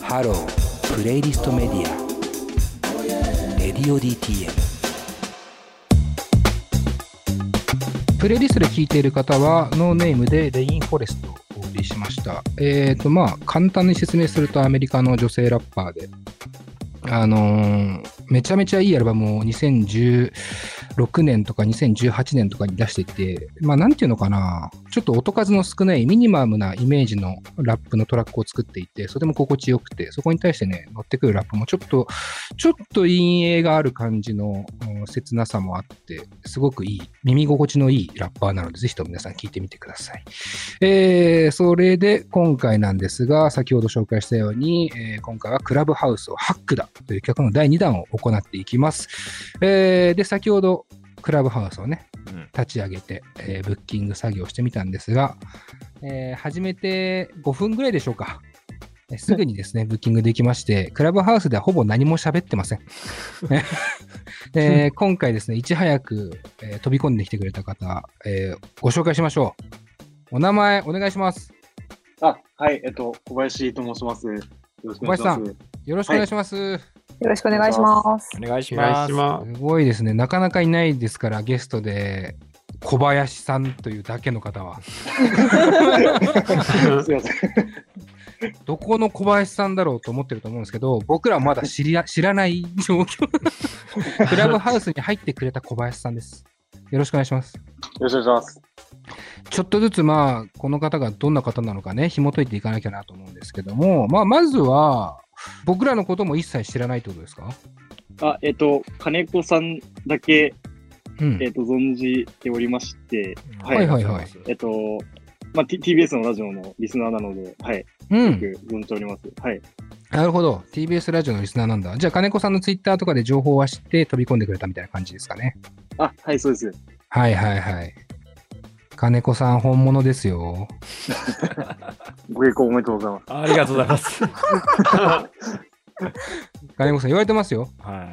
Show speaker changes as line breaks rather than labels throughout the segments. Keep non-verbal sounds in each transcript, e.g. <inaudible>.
ハロープレイリストメディア「レディオ DTM」プレイリストで聴いている方はノーネームでレインフォレストをお送りしましたえっ、とまあ簡単に説明するとアメリカの女性ラッパーであのーめちゃめちゃいいアルバムを2016年とか2018年とかに出していて、まあなんていうのかな、ちょっと音数の少ないミニマムなイメージのラップのトラックを作っていて、それも心地よくて、そこに対してね、乗ってくるラップもちょっと、ちょっと陰影がある感じの、うん切なさもあって、すごくいい、耳心地のいいラッパーなので、ぜひとも皆さん聞いてみてください。えーそれで今回なんですが、先ほど紹介したように、えー今回はクラブハウスをハックだという企画の第2弾を行っていきます。えーで、先ほどクラブハウスをね、
うん
立ち上げて、えーブッキング作業をしてみたんですが、えー始めて5分ぐらいでしょうか。
<laughs>
えーすぐにですね、ブッキングできまして、クラブハウスではほぼ何も喋ってま
<laughs>
せん。えー今回ですね、いち早く、えー飛び込んできてくれた方、えーご紹介しましょう。お名前お願いします。
あ、はい、えっと、小林と申します。よろしくお願いします。
よろしくお願いします。
よろしくお願いします。
お願いし
お願
ま
い
す
し。ます
ごいですね。なかなかいないですから、ゲストで小林さんというだけの方は。
すいません。
どこの小林さんだろうと思ってると思うんですけど、僕らまだ知りや知らない状況。クラブハウスに入ってくれた小林さんです。よろしくお願いします。
よろしくお願いします。
ちょっとずつまあ、この方がどんな方なのかね、紐解いていかなきゃなと思うんですけども、まあ、まずは、僕らのことも一切知らないってことですか
あ、えっ、と、金子さんだけ、
うん
えっ、と、存じておりまして、
うん
はい
はいはい。
えっ、と、まあ、T- TBS のラジオのリスナーなので、はい、
うん。
よく存じております。はい。
なるほど。TBS ラジオのリスナーなんだ。じゃあ、金子さんのツイッターとかで情報は知って飛び込んでくれたみたいな感じですかね。
あ、はい、そうです。
はいはいはい。金子さん本物ですよ。
ご結婚おめでとうございます。
ありがとうござい
<laughs>
ます。
金子さん言われてますよ。
はい。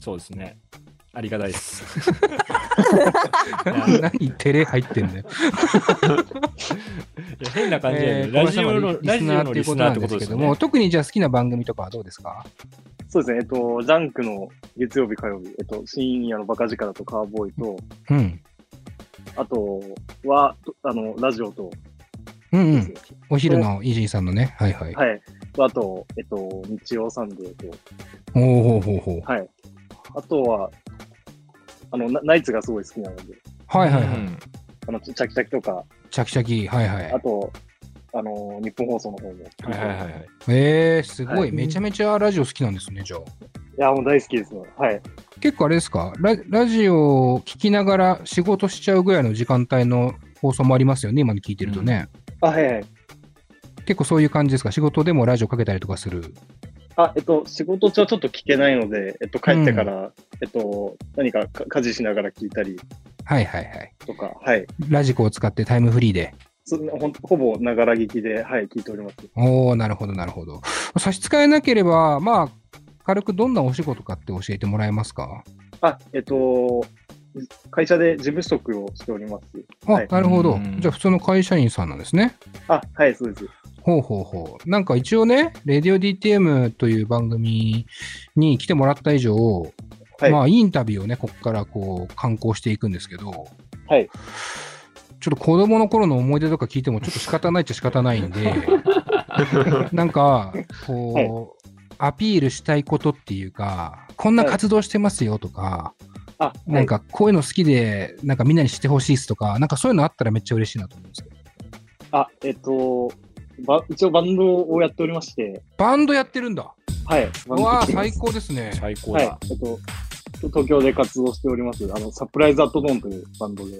そうですね。ありがたい
<laughs>
です。い
何照れ入ってんだよ。
や変 <laughs> な感じ
え
で、
ー
ラジオの
小林
ラ
さ
ジ
ん
オ
は
の
リ
リ
ス
ス
ナ
ナ
ー
ー
っ
っててこととで
こで
すす
け
よ
ども、
ね。
特にじゃあ好きな番組とかはどうですか
そうですね。えっ、と、ジャンクの月曜日、火曜日、えっ、と、深夜のバカ力とカーボーイと、
うん。
あとは、とあの、ラジオと、
うんう
です
ん。お昼のイージーさんのね。はいはい。
はい。とあと、えっ、と、日曜サンデーと、
おおほうほうほう。
はい。あとは、あの、ナナイツがすごい好きなので、
はいはいは
う
い。
ん
あの、チャキチャキとか、
チャキチャキ。はいは
あ
い。
と、あの、日本放送の方も。
はいはいはいはい。
えー、すご。
はい
めちゃめちゃラジオ好きなんですね、じゃあ。
いや、もう大好きですね。はい。
結構あれですかララジオを聞きながら仕事しちゃうぐらいの時間帯の放送もありますよね、今の聞いてるとね。
あ、はいはい。
結構そういう感じですか仕事でもラジオかけたりとかする。
あ、えっと、仕事中はちょっと聞けないので、えっと、帰ってから、えっと、何かか家事しながら聞いたり
はいはいはい。
とか、はい。
ラジコを使ってタイムフリーで。
そほんほぼ、ながら聞きで、はい、聞いております。
おー、なるほどなるほど。差し支えなければ、まあ、軽くどんなお仕事かって教えてもらえますか
あ、えっと、会社で事務職をしております。
あ、
はい
なるほど
う。ん
じゃあ普通の会社員さんなんですね。
あ、はい、そうです。
ほうほうほう。なんか一応ね、レディオ DTM という番組に来てもらった以上、
はい
まあ、インタビューをね、ここからこう、観光していくんですけど、
はい
ちょっと子供の頃の思い出とか聞いても、ちょっと仕方ないっちゃ仕方ないん
<laughs>
で、なんか、こう、アピールしたいことっていうか、こんな活動してますよとか、
あ、
な
は
ん
い。
かこういうの好きで、なんかみんなに知ってほしいっすとか、なんかそういうのあったらめっちゃ嬉しいなと思うんですけど。
あ、えっと、ば一応バンドをやっておりまして、
バンドやってるんだ。
はい。
う
バンドや
わ
っ
あ
ておりま
最
す
高ですね。
最高
はい。
だ。
えっと、東京で活動しております、あの、サプライズアットドーンというバンドで、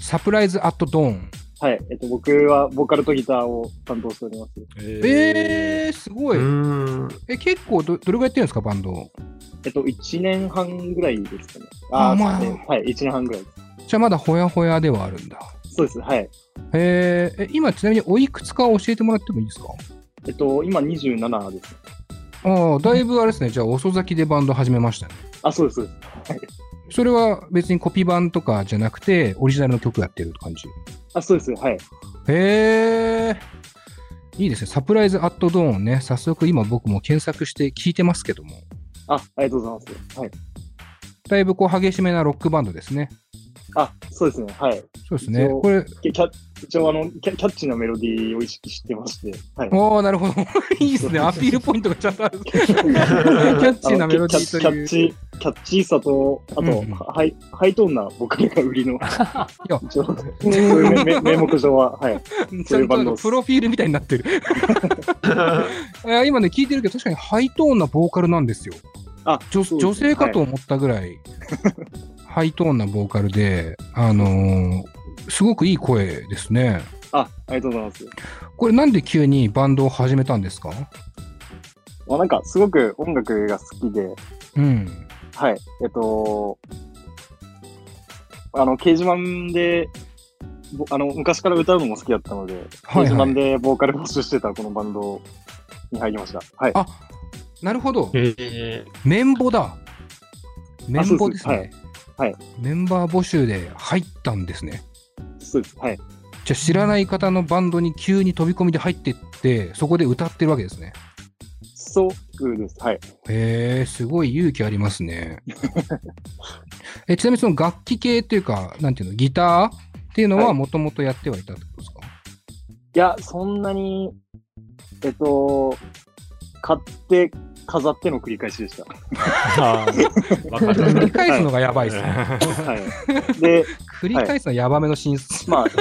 サプライズアットドーン。
はい。えっと、僕はボーカルとギターを担当しております。
えー、すご
う
い。
ん。
え、結構ど、どれぐらいやってるんですか、バンド。
えっと、1年半ぐらいですかね。
あ
ー
まあ
そうですねはい、1年半ぐらいで
じゃあまだほやほやではあるんだ。
す。そうです、はい。
えー、え今ちなみにおいくつか教えてもらってもいいですか
えっと、今27です。
ああ、だいぶあれですね。じゃあ遅咲きでバンド始めましたね。
あ、そうです、そうです。
それは別にコピー版とかじゃなくて、オリジナルの曲やってる感じ。
あ、そうです、はい。
へえ。いいですね。サプライズアットドーンね。早速今僕も検索して聞いてますけども。
あ、ありがとうございます。はい。
だいぶこう激しめなロックバンドですね。
あ、そうですね。はい。
そうですね。
そう
これ、
キャキャ一応あのキャ、キャッチーなメロディーを意識してまして、はい。
おー、なるほど。 <laughs> いいですね。アピールポイントがちゃんとあ
<laughs>
る。キャッチーなメロディー
キ
と
ャ
いう
ッ。チー、キャッチーさと、あと、
うんうん
ハイハイトーンな僕らが
<laughs>
売りの、
や
一応、 <laughs> そういうめめ名目上は、はい。
<laughs> ちゃんとあのプロフィールみたいになって
<laughs>
る。いや今ね、聞いてるけど、確かにハイトーンなボーカルなんですよ。
あ
女
そうですね
女性かと思ったぐらい、ハイトーンなボーカルで、あのーすごくいい声ですね。
あ、ありがとうございます。
これ、なんで急にバンドを始めたんですか
まあ、なんか、すごく音楽が好きで、
うん。
はい。えっと、あの、掲示板で、ぼあの、昔から歌うのも好きだったので、
はいはい
掲示板でボーカル募集してたこのバンドに入りました。はい。
あなるほど。
え
綿棒だ。綿棒です
そう
ね
で。はいはい
メンバー募集で入ったんですね。
そうです。はい。
じゃあ知らない方のバンドに急に飛び込みで入ってって、そこで歌ってるわけですね。
そうです。はい。
へえ、すごい勇気あります
<laughs>
ね。えちなみにその楽器系っていうか、なんていうの、ギターっていうの
は
はいもともとやってはいたってことですか、
いや、そんなに、えっと、買って、飾っての繰り返しでした。
あーわかるわか
繰
る
り返すのが <laughs> やばいですね。 <laughs>
はい。で、
繰り返すのはやばめの進出。
ま
<laughs>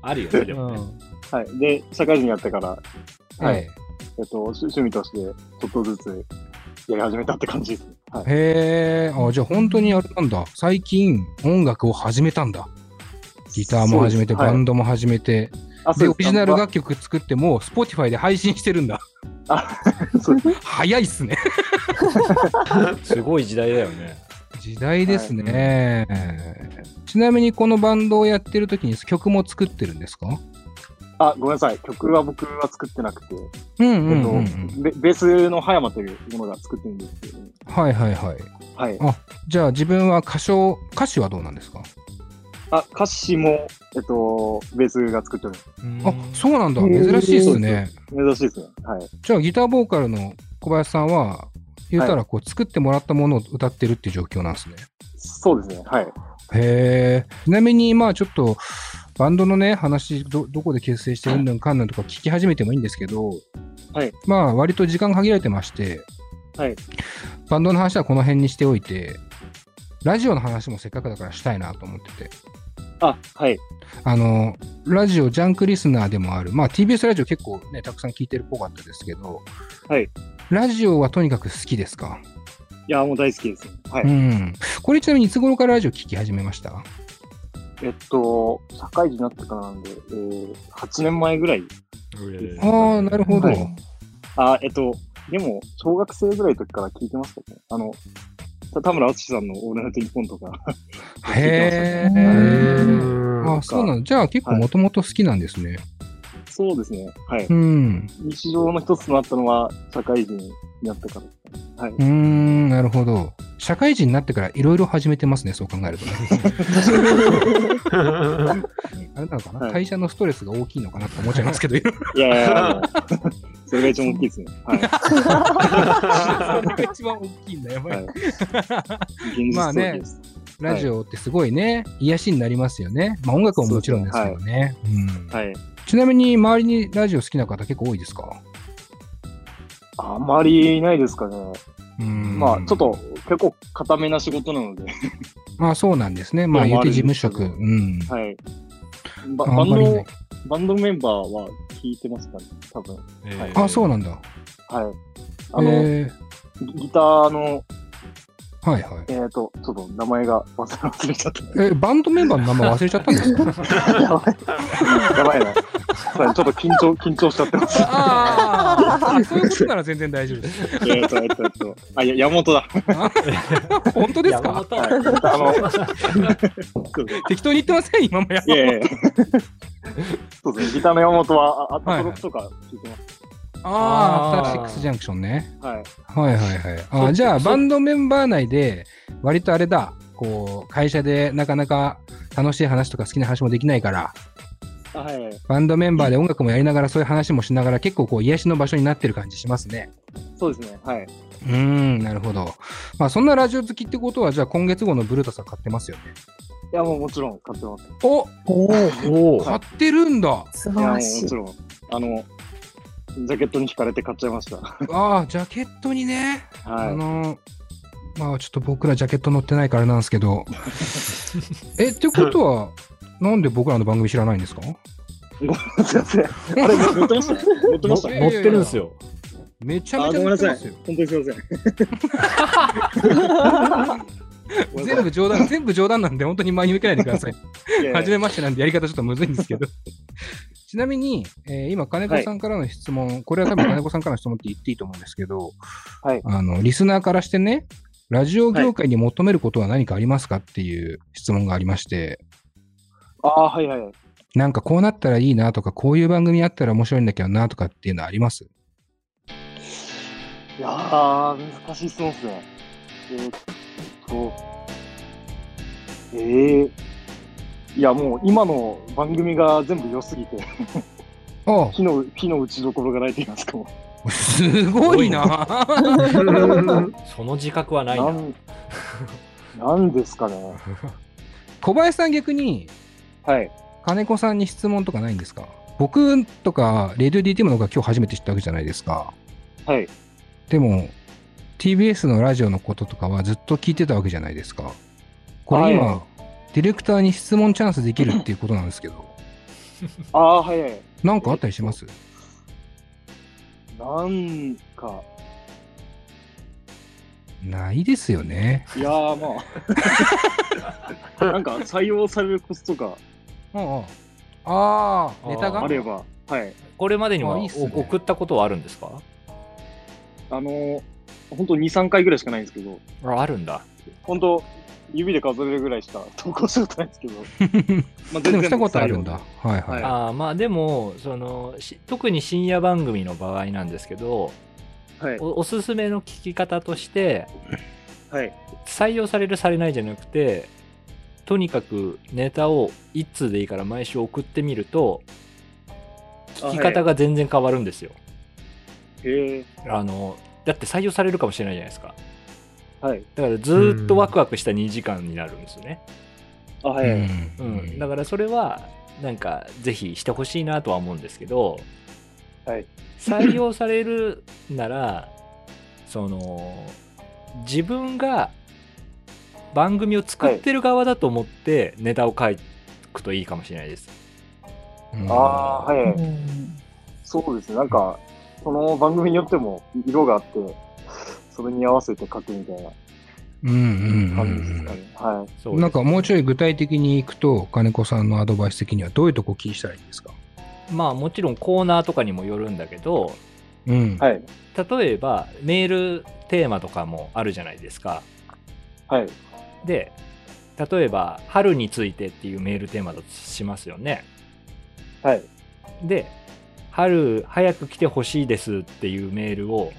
あるよね、で
う
もね。
ん
あ、はい。で、社会人になってから、
は
はい
い。
えっと、趣趣味として、ちょっとずつやり始めたって感じですね。は
へ
い。
え、あじゃあ本当にあれなんだ。最近音楽を始めたんだ。ギターも始めて、
そうですはい
バンドも始めて、
あそう
で、
す
オリジナル楽曲作っても、Spotify で配信してるんだ。
あ、そうです。
早いっすね。
すごい時代だよね。
時代ですね、ちなみにこのバンドをやってる時に曲も作ってるんですか
あ、ごめんなさい。曲は僕は作ってなくて、
うん
えっと、ベベースの葉山というものが作ってるんですけど、
はいはいはい。
はい。
じゃあ自分は歌唱、歌詞はどうなんですか
あ、歌詞も、えっと、ベースが作ってる。
あそうなんだ。
へー
珍しいですね。
珍しいですね。はい。
じゃあギターボーカルの小林さんは、言うたらこう作ってもらったものを歌ってるっていう状況なんですね。
そうですね。はい。
へえ。ちなみに、まあちょっと、バンドのね、話、ど、どこで結成してうんぬんかんぬんとか聞き始めてもいいんですけど、
はい。
まあ割と時間限られてまして、
はい。
バンドの話はこの辺にしておいて、ラジオの話もせっかくだからしたいなと思ってて、
あ、はい。
あの、ラジオジャンクリスナーでもある、まあ TBS ラジオ結構ね、たくさん聞いてるっぽかったですけど、
はい。
ラジオはとにかく好きですか、
いや、もう大好きですね。はい。
うん。これちなみにいつ頃からラジオ聞き始めました
えっと、社会人になってからなんで、えー、8年前ぐらい。
ああ、なるほど。
はいあ、えっと、でも、小学生ぐらいの時から聞いてましたね。あの、た田村淳さんのオールナイトニッポンとか。 <laughs>
へ
聞いてましたね
え。
あ
あそうなの。じゃあ結構
はい
もともと好きなんですね。
そうですね。はい。
うん。
日常の一つとなったのは、社会人になってからですね。はい。
うーん、なるほど。社会人になってからいろいろ始めてますね、そう考える
<laughs>
とね。あれなのかな、
はい
会社のストレスが大きいのかなと思っちゃいますけ
<laughs>
ど、
いやいやいや、
<laughs>
あのそれが一番大きいですね。はい。
それが一番大きいんだ、やばい。
はい現実的です。
ラジオってすごいね、癒しになりますよね。まあ音楽ももちろんですけどね。うん
はい。
ちなみに、周りにラジオ好きな方結構多いですか
あまりいないですかね。
うん
まあ、ちょっと結構固めな仕事なので、
まあそうなんですね。まあ
いや
言うて事務
周
職。う
りに
ん。
は
あ
い。ババ
んま
ン
りい
ド
ない、
バンドメンバーは聞いてますかね、多分。
えー
あ、そうなんだ。
はい。あの、
え
ギターの、
ー、はいはい。
えっ、と、ちょっと名前が忘れ忘れちゃった。 <laughs>
え、バンドメンバーの名前忘れちゃったんですか
やばい。やばいな。そうちょっと緊張、緊張しちゃってます。
ああ、そういうことなら全然大丈夫
<laughs>
です。
えっと、えっと、えっと。あ、や、山本だ。
本当です
山
か
本
はい。あの、そうです
適当に言ってません今もや
いやいやいやそうですね。ギターの山本は、あ、
は
ア
い
ト
は
ロ
い
ックとか聞いてます。
ああ、ア
あー
フターシックスジャンクションね。
はい。
はいはいはい。あ
そ
ー
う
じゃあ、
そう
バンドメンバー内で、割とあれだ、こう、会社でなかなか楽しい話とか好きな話もできないから、
あはい。
バンドメンバーで音楽もやりながらそういう話もしながら結構こう癒しの場所になってる感じしますね。
そうですね。はい。
うーん、なるほど。まあそんなラジオ好きってことはじゃあ今月号のブルータさん買ってますよね。
いや、もうもちろん買ってます。
<laughs> お
おお、
おお。
買ってるんだ
素
いや、も
晴
うも
らしい
ち。ろん。あの、ジャケットに惹かれて買っちゃいました。は
ああ、ジャケットにね。あ
い。
のまあちょっと僕らジャケット乗ってないからなんですけ
<laughs>
ど。え、ってことは、なんで僕らの番組知らないんですか
ごめんなさい。あれ、 <laughs> 乗ってましたね。乗ってましたね。
乗ってるんですよ。
めちゃ
あ、
めち
ご
ゃ
めん
乗
な
ってま
さい
すよ。。
本当にすいません。ごめんなさ
全部冗談、全部冗談なんで、本当に真に受けないでくだ
<laughs>
さい。
いいやいや
初めましてなんでやり方ちょっとむずいんです
<laughs>
けど。ちなみに、えー今、金子さんからの質問、これは多分金子さんからの質問って言っていいと思うんですけど、
はい
あのリスナーからしてね、ラジオ業界に求めることは何かありますかっていう質問がありまして、
あー、はいはいはい。
なんかこうなったらいいなとか、こういう番組あったら面白いんだけどなとかっていうのはあります
いやー、難しい質問ですね。えーっと、えー、いや、もう今の番組が全部良すぎて、
ああ
火の火の打ちどころがないと言いますかもう。
すごいな <laughs>
その自覚はない
な
な。
ん、なんですかね。
小林さん逆に、
はい。
金子さんに質問とかないんですか僕とか、レディオ DTM の方が今日初めて知ったわけじゃないですか。
はい。
でも、TBS のラジオのこととかはずっと聞いてたわけじゃないですか。これ今、
は
ディレクターに質問チャンスできるっていうことなんですけど、
あー、はいはい。
なんかあったりします
なんか、
ないですよね。
いやー、ま
<laughs>
あ、なんか採用されるコツとか
ああ、
あー
ネタが
あれば、はい。
これまでには
あいいっすね
お送ったことはあるんですか
あのー、本当2、3回ぐらいしかないんですけど、
ああるんだ。
本当指で数えるぐらいしか投稿したことないんですけど、
<laughs>
まあ、
でもしたことあるんだ。
採
はいはい。
は
あーまあでもそのし特に深夜番組の場合なんですけど
用。はい。
おおすすめの聞き方として
はい。
採用されるされないじゃなくてとにかくネタを一通でいいから毎週送ってみると聞き方が全然変わるんですよ。
へえ。
あのだって採用されるかもしれないじゃないですか。
はい。
だからずーっとワクワクした2時間になるんですよね。
あ、はい。
う
うん
ん、だからそれはなんかぜひしてほしいなとは思うんです
<laughs>
けど、
はい
採用されるならその自分が番組を作ってる側だと思ってネタを書くといいかもしれないです。
うん
ああ、は
う
い。
ん
そうですね。なんか、その番組によっても色があって、それに合わせて書くみたいな
うんうんうん
感じですかね。はい。
そううんです
なんかもうちょい具体的にいくと、金子さんのアドバイス的にはどういうとこ気にしたらいいんですか
まあもちろんコーナーとかにもよるんだけど
うん。
はい。
例えばメールテーマとかもあるじゃないですか。
はい。
で例えば「春について」っていうメールテーマだとしますよね。
はい。
で「春早く来てほしいです」っていうメールを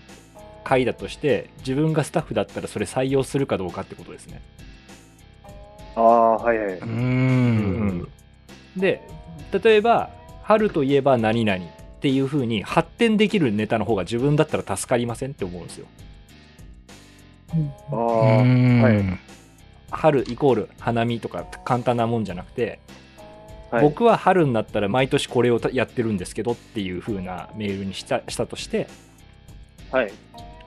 書いたとして自分がスタッフだったらそれ採用するかどうかってことですね。
ああ、はいはい。
う
うん
ん。
で例えば「春といえば何々」っていうふうに発展できるネタの方が自分だったら助かりませんって思うんですよ。
あ
う
あ、はい。
ん
はい
春イコール花見とか簡単なもんじゃなくて僕は春になったら毎年これをやってるんですけどっていう風なメールにしたしたとして
はい。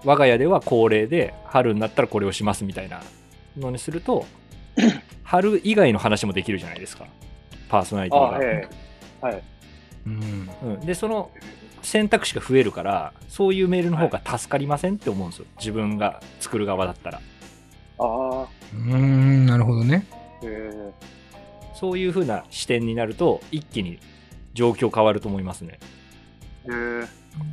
我が家では恒例で春になったらこれをしますみたいなのにする
<clears throat>
と春以外の話もできるじゃないですかパーソナリテ
あ
ィ
あ
が、
ー、はいはい。
うん
うん、でその選択肢が増えるからそういうメールの方が助かりませんって思うんですよ自分が作る側だったら
ああ、
うーん、なるほどね。
へえ。
そういう風な視点になると一気に状況変わると思いますね
へえ。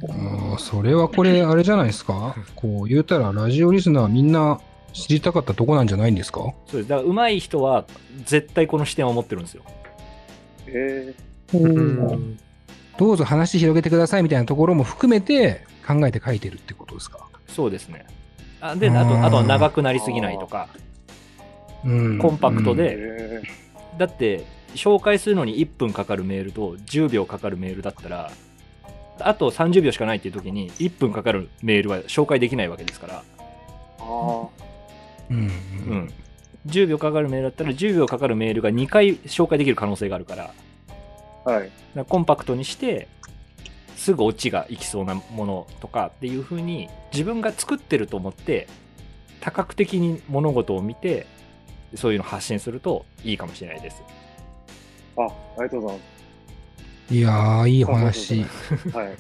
あーそれはこれ、あれじゃないですか。こう言うたら、ラジオリスナーみんな知りたかったとこなんじゃないんですか
そうですだから上手い人は絶対この視点を持ってるんですよ
へえ。
うん
どうぞ話広げてくださいみたいなところも含めて考えて書いてるってことですか。
そうですね。あで、
うん
あと、あとは長くなりすぎないとか、
うん
コンパクト
へ
で
え。
だって、紹介するのに1分かかるメールと10秒かかるメールだったらあと30秒しかないっていう時に1分かかるメールは紹介できないわけですから、
あ
うん
う。ん、10秒かかるメールだったら10秒かかるメールが2回紹介できる可能性があるからだか
あ、はい。
らコンパクトにしてすぐオチがいきそうなものとかっていう風に自分が作ってると思って多角的に物事を見てそういうの発信するといいかもしれないです。
あ、ありがとうござい
いやー、いいお
そう
話
そ。ます。はい。あ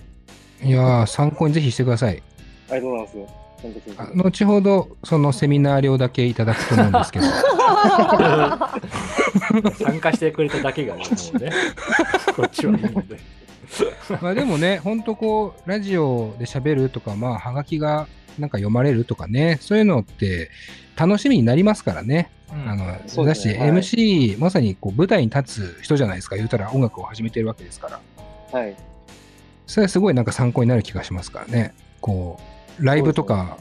いやー、参考にぜひしてください。
りがとうございます。なんかすいま
あ
せん
後ほど、そのセミナー料だけいただくと思うんですけ
<laughs>
ど。
<laughs> 参加してくれただけがね、もうね、こっちはいいんで。
まあでもね、ほんとこう、ラジオで喋るとか、まあ、はがきがなんか読まれるとかね、そういうのって楽しみになりますからね。あの
そう
だ
で
し、
すねはい
MC、まさにこう舞台に立つ人じゃないですか、言うたら音楽を始めてるわけですから、
はい。
それはすごいなんか参考になる気がしますからね、こう、ライブとか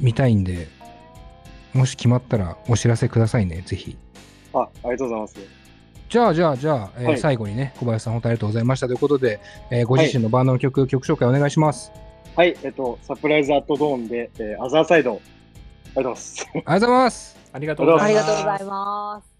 見たいんで、もし決まったらお知らせくださいね、ぜひ。
あ、ありがとうございます。
じゃあ、じゃあ、じゃあ、えー
はい
最後にね、小林さん、本当ありがとうございましたということで、えーご自身のバンドの曲、曲紹介お願いします。
はい、えっと、サプライズアットドーンで、えーアザーサイド。ありがとうございます。
ありがとうございます。
ありがとうございます。
ありがとうございます。